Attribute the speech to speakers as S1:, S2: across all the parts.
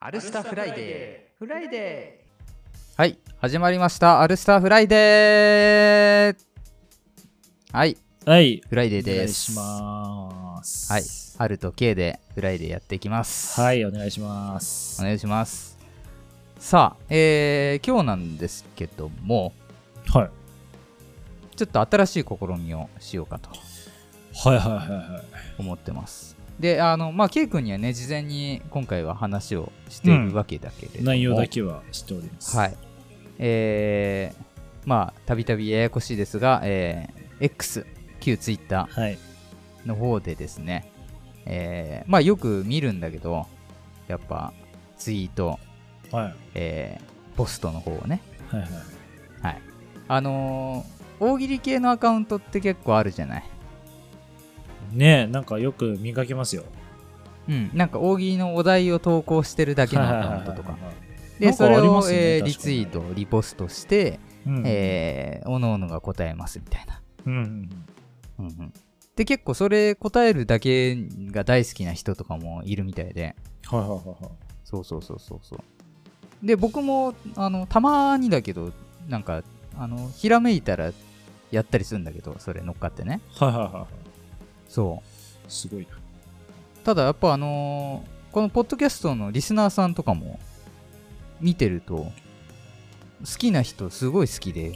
S1: アルスタフライデー。フライデ
S2: はい始まりました「アルスターフライデー」はい
S3: はい。
S2: フライデー
S3: お願
S2: で
S3: いし
S2: す
S3: ます。
S2: はいあると K でフライデーやっていきます
S3: はい、お願いします。
S2: お願いしますさあえー、今日なんですけども
S3: はい。
S2: ちょっと新しい試みをしようかと
S3: はいはいはいはい。
S2: 思ってますであのまあ K 君にはね事前に今回は話をしているわけだけれども、
S3: 内容だけは知っております。
S2: はい。えー、まあ、たびたびややこしいですが、えー X、旧 Twitter
S3: はい。
S2: の方でですね、えーまあ、よく見るんだけど、やっぱ、ツイート、
S3: はい。はい。
S2: えーポストの方をね、
S3: はいはい。
S2: はい。あのー大喜利系のアカウントって結構あるじゃない。
S3: ねえ、なんかよく見かけますよ。
S2: うん、なんか大喜利のお題を投稿してるだけのアカウントと
S3: は
S2: か
S3: い。はいはいはい
S2: で、
S3: なんか
S2: そ
S3: あ
S2: れ
S3: りま
S2: を、
S3: すね
S2: えー
S3: 確かに
S2: リツイート、リポストして、
S3: うん。
S2: えー、おのおのが答えますみたいな。
S3: うんうん
S2: うんうん、で結構それ答えるだけが大好きな人とかもいるみたいで
S3: うん。はいはいはいはい。
S2: そうそうそうそうそうで僕もあのたまにだけどなんかあのひらめいたらやったりするんだけどそれ乗っかってね
S3: はいはいはいはい。
S2: そ
S3: すごいな。
S2: うただやっぱあのーこのポッドキャストのリスナーさんとかも見てると好きな人すごい好きで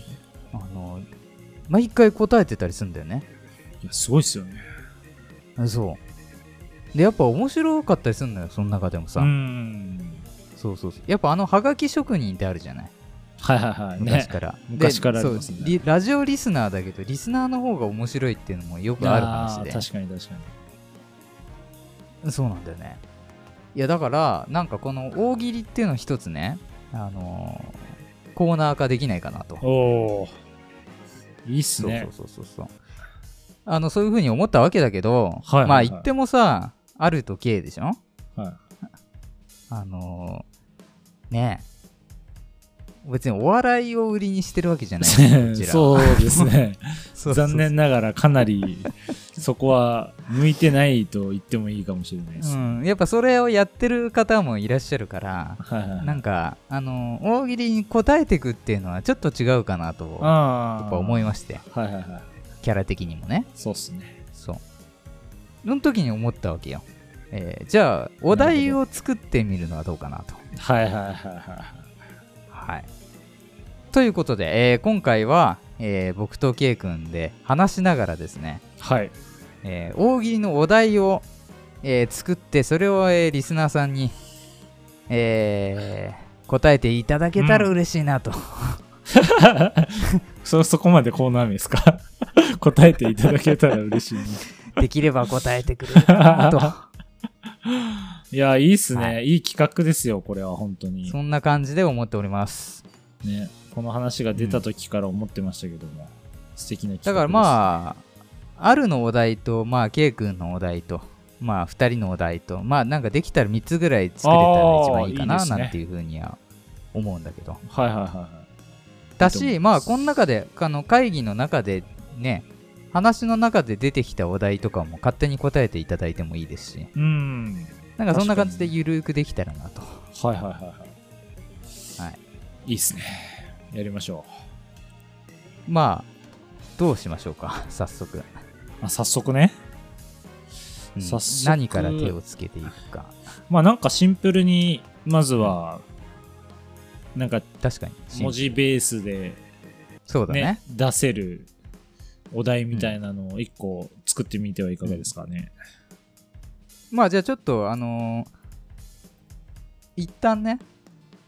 S2: あの毎回答えてたりするんだよね
S3: いや、すごいっすよね。
S2: そうでやっぱ面白かったりするんだよその中でもさ、
S3: うん。
S2: そうそうそうやっぱあのハガキ職人ってあるじゃない
S3: はいはいはい。
S2: 昔
S3: ね。
S2: から、で
S3: 昔からありますね
S2: そうリラジオリスナーだけどリスナーの方が面白いっていうのもよくある話
S3: ー
S2: で
S3: 確かに確かに。
S2: そうなんだよねいやだからなんかこの大喜利っていうのを一つねあのーコーナー化できないかなと
S3: おお。いいっす
S2: そう
S3: ね。
S2: そうそうそうそうあのそういうふうに思ったわけだけど、
S3: はいはいはい
S2: まあ言ってもさあると K でしょ
S3: はい。
S2: あのーねえ別にお笑いを売りにしてるわけじゃない こちら
S3: そうですね。
S2: そうそうそう
S3: 残念ながらかなりそこは向いてないと言ってもいいかもしれないです。
S2: うん、やっぱそれをやってる方もいらっしゃるから
S3: はいはいはい、
S2: なんかあの大喜利に答えていくっていうのはちょっと違うかなとやっ
S3: ああ
S2: ぱ思い
S3: ま
S2: まして
S3: す。はいはいはい。
S2: キャラ的にもね
S3: そうっすね。
S2: そうその時に思ったわけよ、えーじゃあお題を作ってみるのはどうかなと
S3: はいはいはいはい。
S2: はいということで、えー今回は、えー僕と K 君で話しながらですね、
S3: はい。
S2: えー大喜利のお題を、えー作ってそれを、えーリスナーさんに、えー答えていただけたら嬉しい なと、
S3: そ、そこまでコーナー名ですか 答えていただけたら嬉しいな。
S2: できれば答えてくれるかなと
S3: いや、いいっすね、。
S2: はい
S3: い企画ですよ、これは本当に。
S2: そんな感じで思っております
S3: ね。この話が出た時から思ってましたけども、素敵な企画です。
S2: だからまああるのお題とまあ K 君のお題とまあ2人のお題とまあなんかできたら3つぐらい作れたら一番いいか
S3: あーいいで
S2: な
S3: すね
S2: なんていうふうには思うんだけど
S3: あ。はいはいはいはい。
S2: だ
S3: いいと思
S2: し
S3: い
S2: ま
S3: ま
S2: あ
S3: す
S2: この中であの会議の中でね話の中で出てきたお題とかも勝手に答えていただいてもいいですし
S3: うん。
S2: なんかそんな感じでゆるくできたらなと
S3: はいはいはいはい。。
S2: はい
S3: いいっすね。やりましょ
S2: まあどうしましょうか 早速,
S3: う。あ早速ね。
S2: うん、
S3: 早速
S2: 何から手をつけていくか
S3: まあなんかシンプルに、まずは、なんか
S2: 確かにシン
S3: 文字ベースで、
S2: そうだね
S3: ね、出せるお題みたいなのを一個作ってみてはいかがですかね。
S2: まあじゃあちょっとあのー一旦ね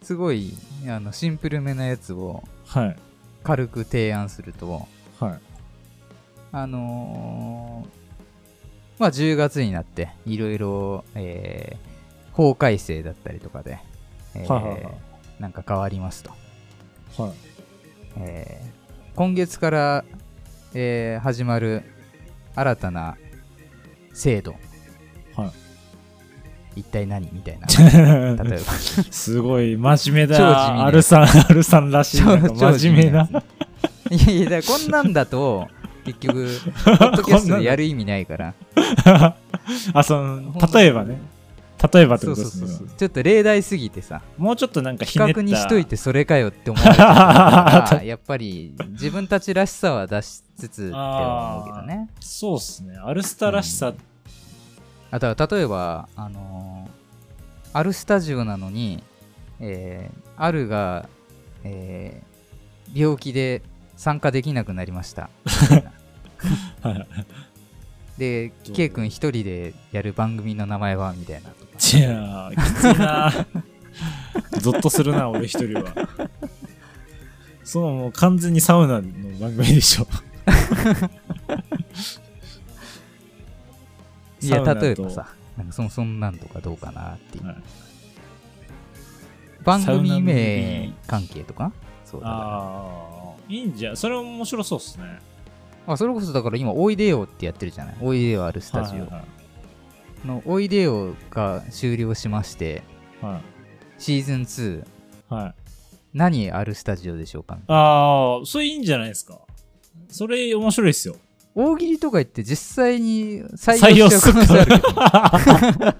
S2: すごいあのシンプルめなやつを
S3: はい。
S2: 軽く提案すると
S3: はい。
S2: あのーまあ10月になっていろいろ、えー法改正だったりとかで、えー
S3: はいはいはい
S2: なんか変わりますと、
S3: はい。
S2: えー今月から、えー始まる新たな制度、
S3: は
S2: 一体何みた いな例えば
S3: すごい真面
S2: 超
S3: 目
S2: 地味
S3: だ。
S2: な
S3: アルさん、アルさんらしい。なんか真面目な。
S2: 超超地味なやつね いやい やだからこんなんだと結局ポッドキャストでやる意味ないから
S3: は あ、その、例えばね。例えばって
S2: そ
S3: こ
S2: う
S3: と
S2: そう
S3: です
S2: そ
S3: ね。
S2: うそうちょっと例題すぎてさ
S3: もうちょっとなんかひ
S2: 比
S3: ねった
S2: 較にしといてそれかよって思われてる からやっぱり自分たちらしさは出しつつって思うけどね
S3: そうっすね。アルスタらしさ、
S2: あとは例えば、あのーあるスタジオなのに、えーあるが、えー病気で参加できなくなりま した。
S3: はいはい
S2: で、
S3: どう
S2: K 君一人でやる番組の名前はみたいなとか。
S3: じゃあ、きついな。ゾッとするな、俺一人は。そのもう完全にサウナの番組でしょ。
S2: いや、
S3: サウナと
S2: 例えばさ、なんかそんそんなんとかどうかなっていう。
S3: はい
S2: 番
S3: サウナ
S2: 組
S3: ムービ
S2: 名
S3: ー
S2: 関係とかそうだか
S3: ああ、いいんじゃん。それ面白そうっすね。
S2: らあそれこそだから今、おいでよってやってるじゃない。おいでよあるスタジ
S3: はいはい
S2: オのおいでよが終了しまして、
S3: はい。はい
S2: シーズン2、
S3: はい、
S2: 何あるスタジオでしょうか
S3: ああ、それいいんじゃないですか。それ面白いっすよ。
S2: 大喜利とか言って実際に採用しちゃう可能性あ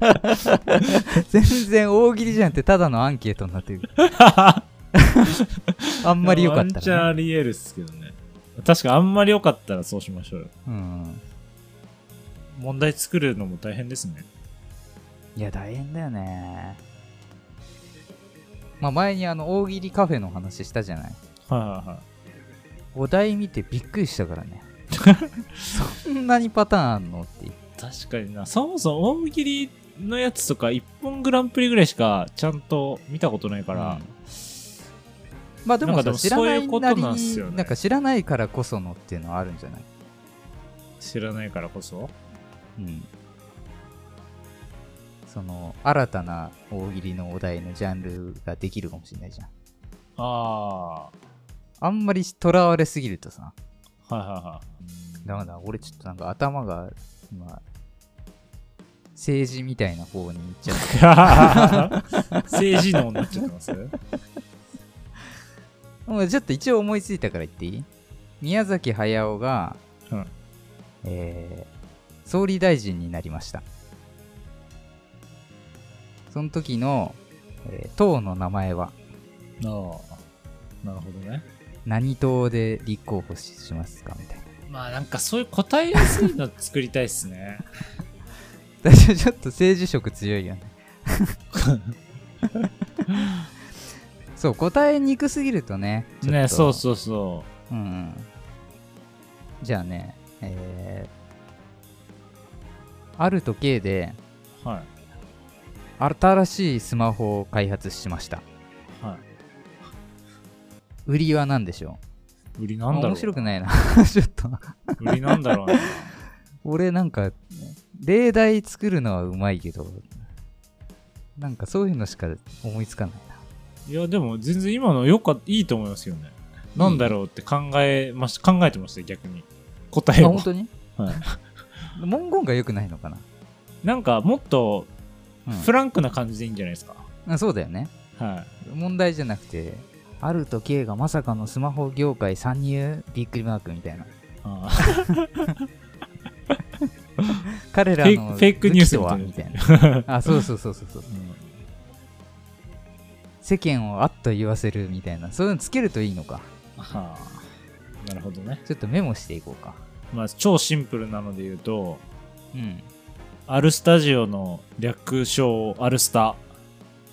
S2: るけど全然大喜利じゃなくてただのアンケートになってる
S3: あ
S2: あんまり良かっ
S3: ワン
S2: た
S3: チャン
S2: ら、ね
S3: あり得るっすけどね。確かあんまり良かったらそうしましょうよ。
S2: うん、
S3: 問題作るのも大変ですね。
S2: いや大変だよねまあ前にあの大喜利カフェの話したじゃない
S3: はいはいはい。
S2: お題見てびっくりしたからねそんなにパターンあんのっていう
S3: 確かにな。そもそも大喜利のやつとか、一本グランプリぐらいしかちゃんと見たことないから、
S2: まあでも
S3: な
S2: さ
S3: んかでも
S2: 知らない
S3: そういうこ
S2: な
S3: と
S2: り
S3: なん
S2: に
S3: すよね
S2: なんか知らないからこそのっていうのはあるんじゃない
S3: 知らないからこそ。
S2: うん、その新たな大喜利のお題のジャンルができるかもしれないじゃん
S3: あ
S2: あんまりとらわれすぎるとさ
S3: あ、はいはいは
S2: ダメだ俺ちょっとなんか頭が今政治みたいな方に行っちゃう
S3: い。 政治能になっちゃってます
S2: もうちょっと一応思いついたから言っていい宮崎駿が、
S3: うん
S2: えー総理大臣になりましたその時の、えー党の名前は
S3: ああ、なるほどね。
S2: 何党で立候補しますかみたいな。
S3: まあなんかそういう答えやすいの作りたいっすね。
S2: 私はちょっと政治色強い よね。 そう、答えにくすぎるとね。ちょっと
S3: ね、そうそうそ
S2: うんうん。じゃあね、えー、ある時計で
S3: う。はい。
S2: 新しいスマホを開発しました。
S3: は
S2: 売りは何でしょ
S3: い。売り
S2: う
S3: なんだろう。
S2: 面白くない な。ちょっと、
S3: 売りなんだろうな。
S2: 俺なんか、例題作るのはうまいけど、なんかそういうのしか思いつかないな。
S3: いや、でも全然今のよかいいと思いますよね。なんだろうって考えまし、考えてましたよ、逆に。答え
S2: あ、
S3: を
S2: 本。当に
S3: はい
S2: 文言が良くないのかな、
S3: なんかもっと
S2: うん
S3: フランクな感じでいいんじゃないですか。
S2: あそうだよね。
S3: は
S2: 問題じゃなくて、ある時計がまさかのスマホ業界参入びっくりマークみたいな。
S3: い。あー
S2: 彼ら
S3: フェイク
S2: の
S3: フェイクニュース
S2: 武器とは
S3: み
S2: み
S3: た
S2: た
S3: い
S2: い
S3: な
S2: な。 あ、そうそうそうそうそう。
S3: うん
S2: 世間をあっと言わせるみたいな。そういうのつけるといいのか。
S3: はあ。なるほどね。
S2: ちょっとメモしていこうか。
S3: まあ、超シンプルなので言うと、
S2: うん。
S3: アルスタジオの略称アルスタ、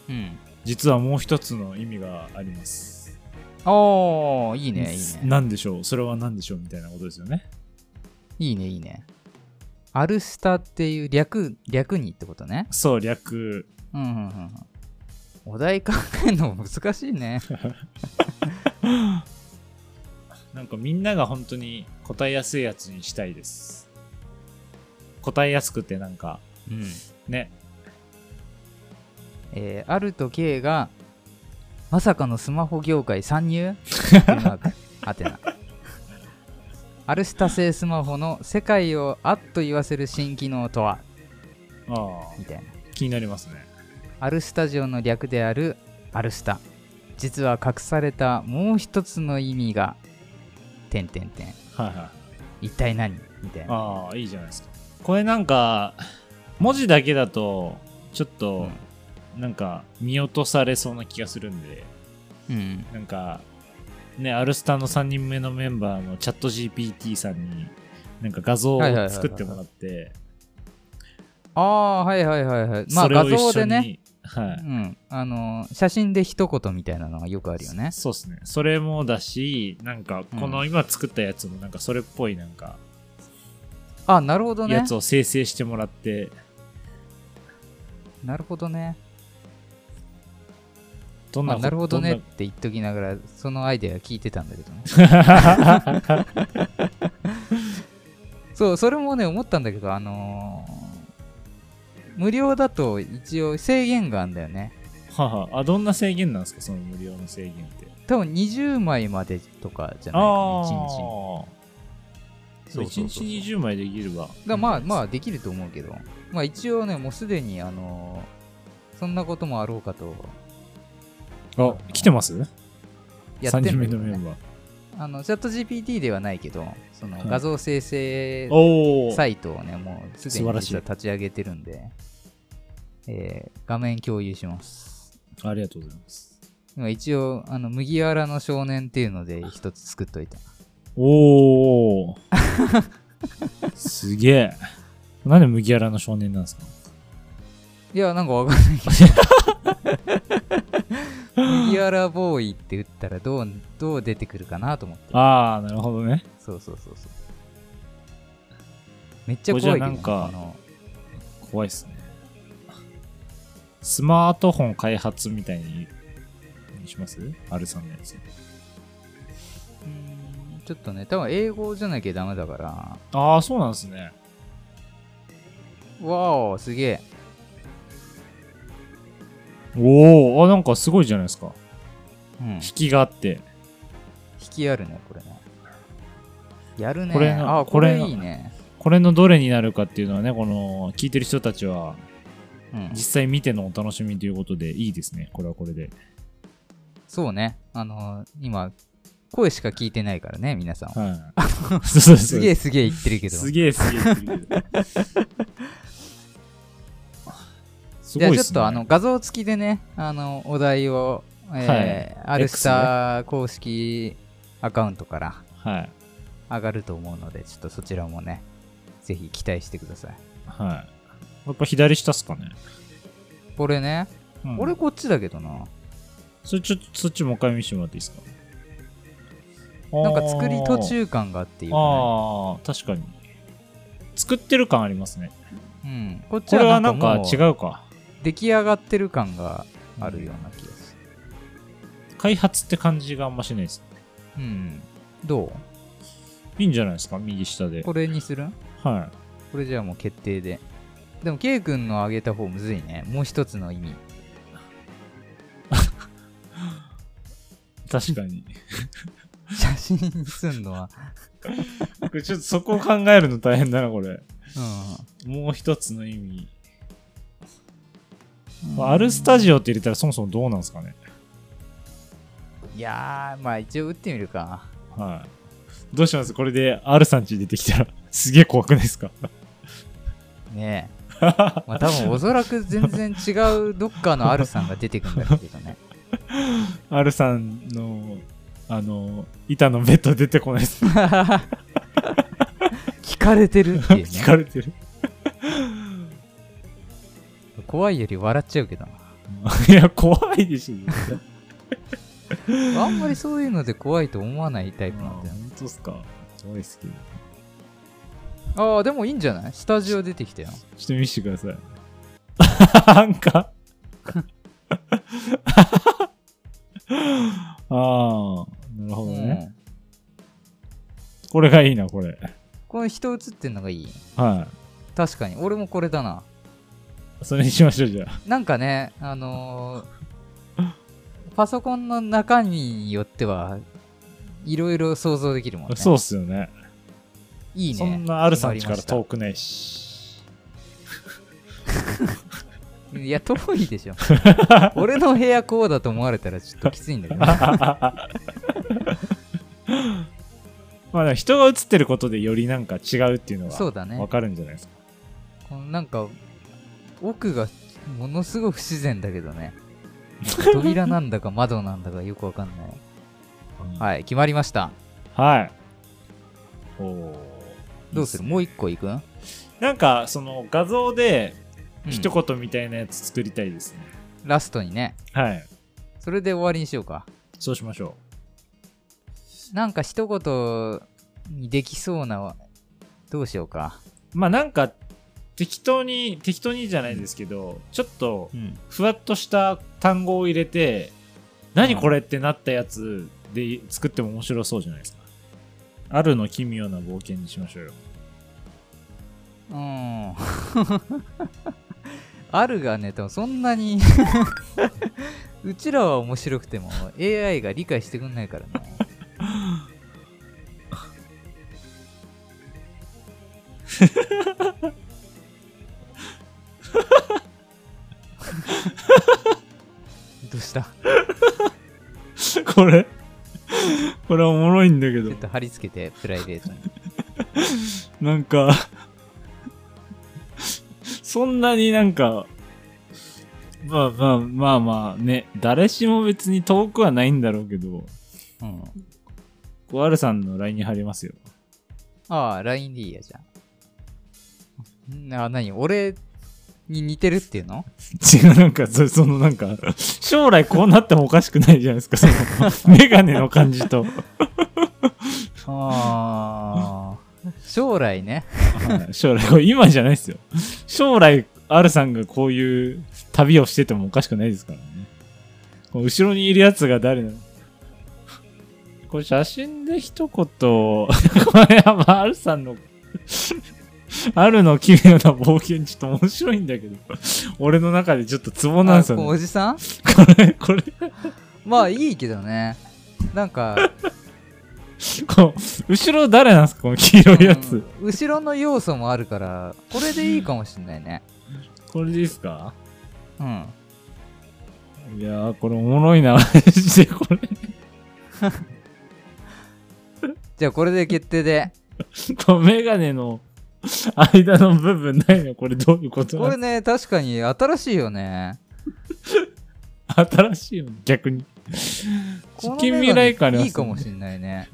S2: うん。
S3: 実はもう一つの意味があります。
S2: おー、いいね、いいね。
S3: 何でしょうそれは何でしょうみたいなことですよね。
S2: いいね、いいね。アルスタっていう略、略にってことね。
S3: そう、略。
S2: うんうんうんうん。お題考えるの難しい ね。
S3: なんかみんなが本当に答えやすいやつにしたいです。答えやすくてなんか、
S2: うん。
S3: ね。
S2: えーあると K がまさかのスマホ業界参入ビックリマークア テナアルスタ製スマホの世界をあっと言わせる新機能とは
S3: ああ、
S2: みたいな
S3: 気になりますね。
S2: アルスタジオの略であるアルスタ実は隠されたもう一つの意味が点点点
S3: はいはい。
S2: 一体何みたいな
S3: ああ、いいじゃないですか。これなんか、文字だけだとちょっと
S2: ん
S3: なんか見落とされそうな気がするんで
S2: うん
S3: なんかねアルスタの3人目のメンバーのチャット GPT さんになんか画像を
S2: はいはいはいはい
S3: 作ってもらって
S2: ああはいはいはいはいまあ
S3: それを
S2: 画
S3: 一緒に
S2: 像でね、
S3: は
S2: う
S3: い
S2: ん、あの写真で一言みたいなのがよくあるよね
S3: そうですねそれもだしなんかこ
S2: う
S3: の今作ったやつもなんかそれっぽいなんか
S2: あなるほど
S3: や
S2: ね
S3: つを生成してもらって
S2: なるほどね
S3: どん
S2: ま
S3: な
S2: あなるほどねっ
S3: ん
S2: て
S3: な
S2: 言っときながらそのアイデア聞いてたんだけどねそうそれもね思ったんだけどあのー無料だと一応制限があるんだよね
S3: ははあどんな制限なんですかその無料の制限って
S2: 多分20枚までとかじゃないか
S3: あ
S2: な1日
S3: あ
S2: そうそう
S3: 1
S2: そう
S3: 日20枚できれば
S2: だまあま
S3: あ
S2: あできると思うけど、まあ、一応ねもうすでにあのーそんなこともあろうかと
S3: あ来てます
S2: やってんだ
S3: ?3 人目
S2: けど
S3: の
S2: ね
S3: メンバー
S2: あのチャット GPT ではないけどその
S3: はい
S2: 画像生成
S3: おお
S2: サイトをねもうすで
S3: 素晴
S2: に
S3: らしい
S2: 実は立ち上げてるんで、えー画面共有します
S3: ありがとうございます
S2: 今一応あの麦わらの少年っていうので一つ作っといた
S3: お おすげえなんで麦わらの少年なんですか
S2: いやなんかわかんないけ ど麦わらボーイって打ったらどうどう出てくるかなと思って
S3: ああなるほどね
S2: そうそうそうそうめっちゃ怖いけど、ね、
S3: これじゃなんか
S2: この
S3: 怖いっすねスマートフォン開発みたいにしますアルさんのやつ
S2: うーんちょっとね多分英語じゃなきゃダメだから
S3: ああそうなんですね
S2: わおすげえ
S3: おおあなんかすごいじゃないですか
S2: うん、
S3: 引
S2: 引
S3: きがあって
S2: きあるねこれねやるね
S3: これな
S2: あこれ
S3: これない
S2: いね
S3: これのどれになるかっていうのはねこの聞いてる人たちは
S2: うん
S3: 実際見てのお楽しみということでいいですねこれはこれで
S2: そうねあのー今声しか聞いてないからね皆さんは
S3: はい そうそうそう
S2: すげえすげえ言ってるけど
S3: すげえすげえっ ていうす
S2: じ
S3: ご
S2: ゃあ
S3: いっすね
S2: ちょっとあの画像付きでねあのお題を、えーアルスター公式アカウントから
S3: はい
S2: 上がると思うのでちょっとそちらもねぜひ期待してください
S3: はいやっぱ左下っすかね、
S2: これね、
S3: うん
S2: 俺こっちだけどな
S3: それちょっとそっちもう一回見せてもらっていいですか
S2: なんか作り途中感があっていいよ
S3: ああ確かに作ってる感ありますね
S2: ねうん、こっち
S3: これは
S2: は
S3: な
S2: なんん
S3: か
S2: か
S3: 違
S2: 違う
S3: うか
S2: 出来上がってる感があるような気がする
S3: 開発って感じがあんましないです
S2: うん、ど
S3: いいんじゃないですか右下で
S2: うこれにする
S3: は
S2: これじゃあもう決定ででも K 君の上げた方むずいねもう一つの意味
S3: い確かに
S2: 写真にすんのは
S3: これちょっとそこを考えるの大変だなこれ
S2: う
S3: もう一つの意味、
S2: ん、
S3: まあアルスタジオって入れたらそもそもどうなんですかね
S2: いやーまあ一応打ってみるか
S3: はいどうしますこれで R さんち出てきたらすげえ怖くないですか
S2: ね えまあ多分おそらく全然違うどっかのあるさんが出てくんだろうけどね
S3: R さんのあの板のベッド出てこないです
S2: 聞かれてるっていうね
S3: 聞かれてる
S2: 怖いより笑っちゃうけどない
S3: や怖 いで しょ絶対
S2: あんまりそういうので怖いと思わないタイプなんだよね
S3: 本当っすか怖いっすけど
S2: ああでもいいんじゃないスタジオ出てきたよ
S3: ちょっと見せてくださいなんか ああなるほどね、
S2: うん
S3: これがいいなこれ
S2: この人映ってんのがいい
S3: は
S2: 確かに俺もこれだない
S3: それにしましょうじゃあ
S2: なんかねあの ーパソコンの中身によってはいろいろ想像できるもんね
S3: そうっすよね
S2: いいね
S3: そんな R さんちから
S2: 決ま
S3: 遠
S2: り
S3: くな いし
S2: ましたいや遠いでしょ 俺の部屋こうだと思われたらちょっときついんだけど ね、
S3: まあでも人が映ってることでよりなんか違うっていうの
S2: そ
S3: は
S2: うだね
S3: わかるんじゃないですか、
S2: このなんか奥がものすごい不自然だけどね 扉なんだか窓なんだかよくわかんないはい決まりました
S3: はい。おお。
S2: どうする
S3: いいっ
S2: もう一個いく、
S3: ねなんか、その画像で
S2: うん
S3: 一言みたいなやつ作りたいですね。
S2: ラストにね
S3: はい。
S2: それで終わりにしようか
S3: そうしましょ
S2: なんか一言にできそうなどうしようか
S3: う。まあなんか、適当に、適当にじゃないですけど、ちょっと
S2: うん
S3: ふわっとした単語を入れて、何これってなったやつで作っても面白そうじゃないですか。あるの奇妙な冒険にしましょうよ。
S2: うん あるがね多分そんなに うちらは面白くても AI が理解してくんないからねどうした
S3: これ、 これおもろいんだけ
S2: ちょ
S3: ど
S2: っ、と貼り付けてプライベートに
S3: なんか、そんなになんか、まあまあまあまあね、誰しも別に遠くはないんだろうけど、
S2: うん
S3: こうアルさんの LINE に貼りますよ。
S2: ああ、LINE でいいや、じゃあ。んあ、何俺に似てるっていうの
S3: 違う、なんか、そそのなんか、将来こうなってもおかしくないじゃないですか、その、メガネの感じと。
S2: ああ。将来ね。
S3: はい将来、これ今じゃないですよ。将来、アルさんがこういう旅をしててもおかしくないですからね。こう後ろにいるやつが誰なのこれ写真で一言、これはまあアルさんの、 アルの奇妙な冒険、ちょっと面白いんだけど、俺の中でちょっとツボなんですよ
S2: あこう
S3: ね。
S2: おじさん
S3: これ、これ、
S2: まあいいけどね。なん か、
S3: こう、後ろ誰なんですかこの黄色いや
S2: う
S3: つ
S2: ん。後ろの要素もあるから、これでいいかもしんないね。
S3: これでいいですか
S2: うん。
S3: いやー、これおもろいな、マジでこれ。
S2: じゃあこれで決定で。
S3: とメガネの間の部分ないのこれどういうこと
S2: こ
S3: な
S2: れ
S3: の
S2: ね、確かに新しいよね。
S3: 新しいの逆に。
S2: この
S3: 近未来感あり
S2: メガ
S3: ます
S2: ネい
S3: ね
S2: いかもしんないね。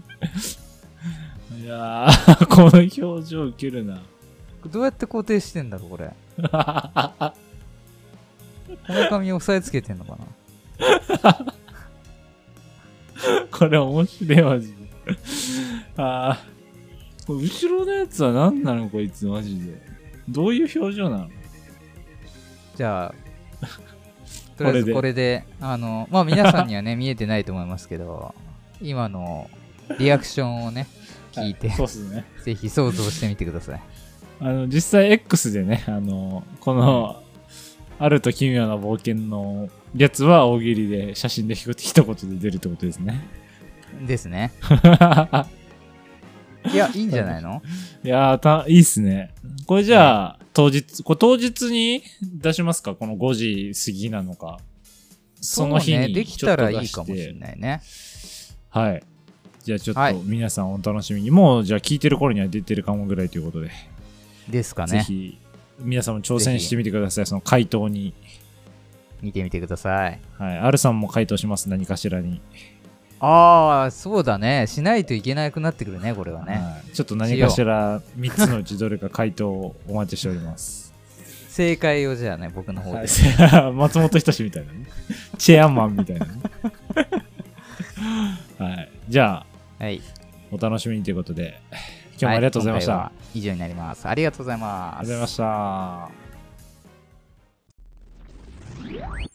S3: いやー、 この表情ウケるな。
S2: どうやって固定してんだろう、これ。この髪押さえつけてんのかな
S3: これ面白いマジで。あー、これ後ろのやつは何なのこいつマジで。どういう表情なの
S2: じゃあ、とりあえずこ
S3: こ
S2: れで、あの、まあ皆さんにはね、見えてないと思いますけど、 今のリアクションをね、聞いて、
S3: そうっすね。
S2: ぜひ想像してみてください。
S3: あの、実際 X でね、あの、この、あると奇妙な冒険のやつは大喜利で写真で一言で出るってことですね。
S2: です ね。いや、いいんじゃないの
S3: いやーた、いいっすね。これじゃあ、当日、これ当日に出しますかこの5時過ぎなのか。その日
S2: そうね
S3: に
S2: できたらいい
S3: ち
S2: か
S3: ょっ
S2: も
S3: と出
S2: し
S3: して
S2: れないね。
S3: はい。じゃあちょ
S2: は
S3: っ
S2: い
S3: と皆さんお楽しみに。もうじゃあ聞いてる頃には出てるかもぐらいということで、
S2: ですか
S3: ぜ
S2: ね。
S3: ひ皆さんも挑戦してみてください。その回答に。
S2: 見てみてください。
S3: はい。R さんも回答します。何かしらに。
S2: ああ、そうだね。しないといけなくなってくるね、これはね。
S3: はいちょっと何かしら3つのうちどれか回答をお待ちしております。
S2: 正解をじゃあね、僕の方
S3: は
S2: で。
S3: い 松本人志みたいなね。チェアマンみたい なね。はい。じゃあ、
S2: はい。
S3: お楽しみにということで、今日もありがとうございました。
S2: は今回は以上になります。ありがとうございます。
S3: ありがとうございました。